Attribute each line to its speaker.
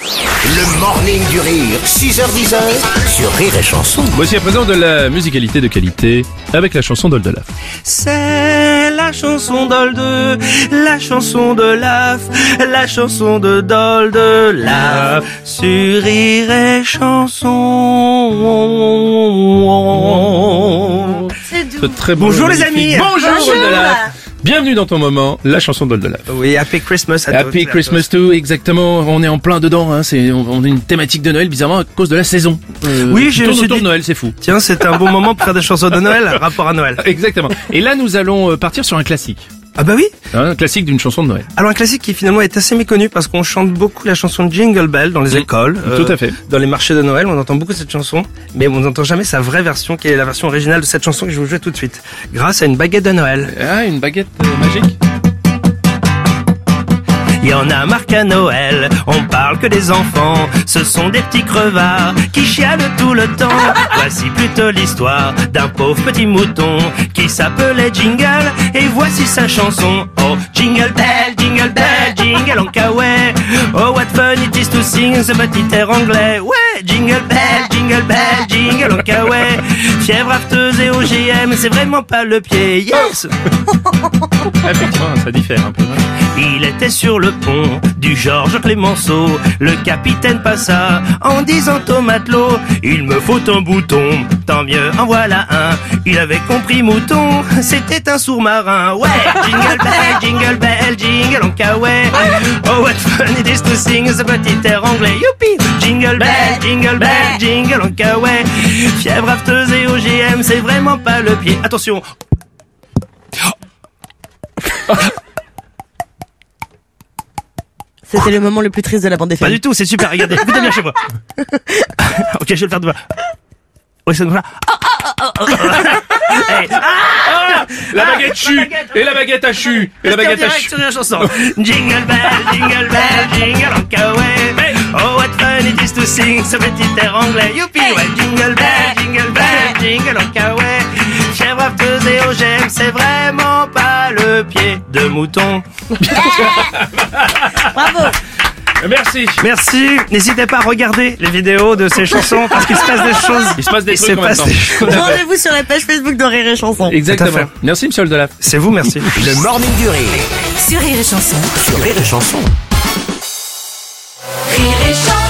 Speaker 1: Le morning du rire, 6h10 sur Rire et Chanson.
Speaker 2: Voici à présent de la musicalité de qualité avec la chanson d'Oldelaf.
Speaker 3: C'est la chanson d'Olde, la chanson de Laf, la chanson de Dolde, Laf, sur Rire et chanson.
Speaker 2: Ce très beau
Speaker 3: Bonjour les
Speaker 2: magnifique-
Speaker 3: amis
Speaker 2: Bonjour, Oldelaf Bienvenue dans ton moment, la chanson d'Oldelaf.
Speaker 3: Oui, Happy Christmas à tous.
Speaker 2: Happy Christmas too, exactement, on est en plein dedans, hein. c'est, on, on a une thématique de Noël bizarrement à cause de la saison. Euh,
Speaker 3: Oui,
Speaker 2: qui
Speaker 3: je me
Speaker 2: tourne
Speaker 3: suis
Speaker 2: autour
Speaker 3: dit-
Speaker 2: de Noël, c'est fou.
Speaker 3: Tiens, c'est un bon moment pour faire des chansons de Noël, rapport à Noël.
Speaker 2: Exactement. Et là nous allons euh, partir sur un classique,
Speaker 3: Ah bah oui
Speaker 2: hein, un classique d'une chanson de Noël.
Speaker 3: Alors un classique qui finalement est assez méconnu parce qu'on chante beaucoup la chanson Jingle Bell dans les
Speaker 2: Mm.
Speaker 3: écoles. euh,
Speaker 2: Tout à fait.
Speaker 3: Dans les marchés de Noël, on entend beaucoup cette chanson, mais on n'entend jamais sa vraie version qui est la version originale de cette chanson que je vous joue tout de suite. Grâce à une baguette de Noël.
Speaker 2: Ah, une baguette euh, magique
Speaker 3: Il y en a marre qu'à Noël, on parle que des enfants. Ce sont des petits crevards qui chialent tout le temps. Voici plutôt l'histoire d'un pauvre petit mouton qui s'appelait Jingle. Et voici sa chanson. Oh, Jingle Bell, Jingle Bell, Jingle en kawaii. Oh, what fun it is to sing ce petit air anglais. Ouais, Jingle Bell, Jingle Bell, Jingle en kawaii. Fièvre afteuse et OGM, c'est vraiment pas le pied. Yes!
Speaker 2: Effectivement, Ah, ça diffère un peu. hein.
Speaker 3: Il était sur le pont du Georges Clémenceau. Le capitaine passa en disant au matelot Il me faut un bouton, tant mieux, en voilà un. Il avait compris mouton, c'était un sourd-marin. Ouais, jingle bell, jingle bell, jingle en kawaii. Oh, what fun it is to sing ce petit air anglais. Youpi! Jingle bell, jingle bell, jingle en kawaii. Fièvre afteuse et OGM, c'est vraiment pas le pied. Attention,
Speaker 4: C'était le moment le plus triste de la bande des
Speaker 3: Pas
Speaker 4: fans.
Speaker 3: du tout, c'est super, regardez, écoutez bien chez moi. ok, je vais le faire demain. Oui, ça Ah, nous va. ah. Hey,
Speaker 2: Ah, La baguette chue
Speaker 3: baguette.
Speaker 2: Et la baguette à chu Et la
Speaker 3: restez en
Speaker 2: baguette à
Speaker 3: direct
Speaker 2: chu
Speaker 3: sur la chanson. Jingle bell, jingle bell, jingle en kawaii. Oh, what fun it is to sing ce petit air anglais. Youpi, ouais. Jingle bell, jingle bell, jingle en kawaii. Chèvre afteuse et OGM, c'est vraiment pas le pied de mouton.
Speaker 4: Bravo
Speaker 2: Merci
Speaker 3: Merci. N'hésitez pas à regarder les vidéos de ces chansons parce qu'il se passe des choses.
Speaker 2: Il se passe des
Speaker 3: Il se
Speaker 2: trucs en
Speaker 3: passe
Speaker 2: même temps.
Speaker 3: des choses.
Speaker 4: Rendez-vous sur la page Facebook de Rire et Chanson.
Speaker 2: Exactement.
Speaker 3: fait.
Speaker 2: Merci monsieur Oldelaf.
Speaker 3: C'est vous, merci.
Speaker 1: Le morning du rire
Speaker 4: Sur Rire et Chanson.
Speaker 1: sur Rire et Chanson.
Speaker 5: Rire et chanson.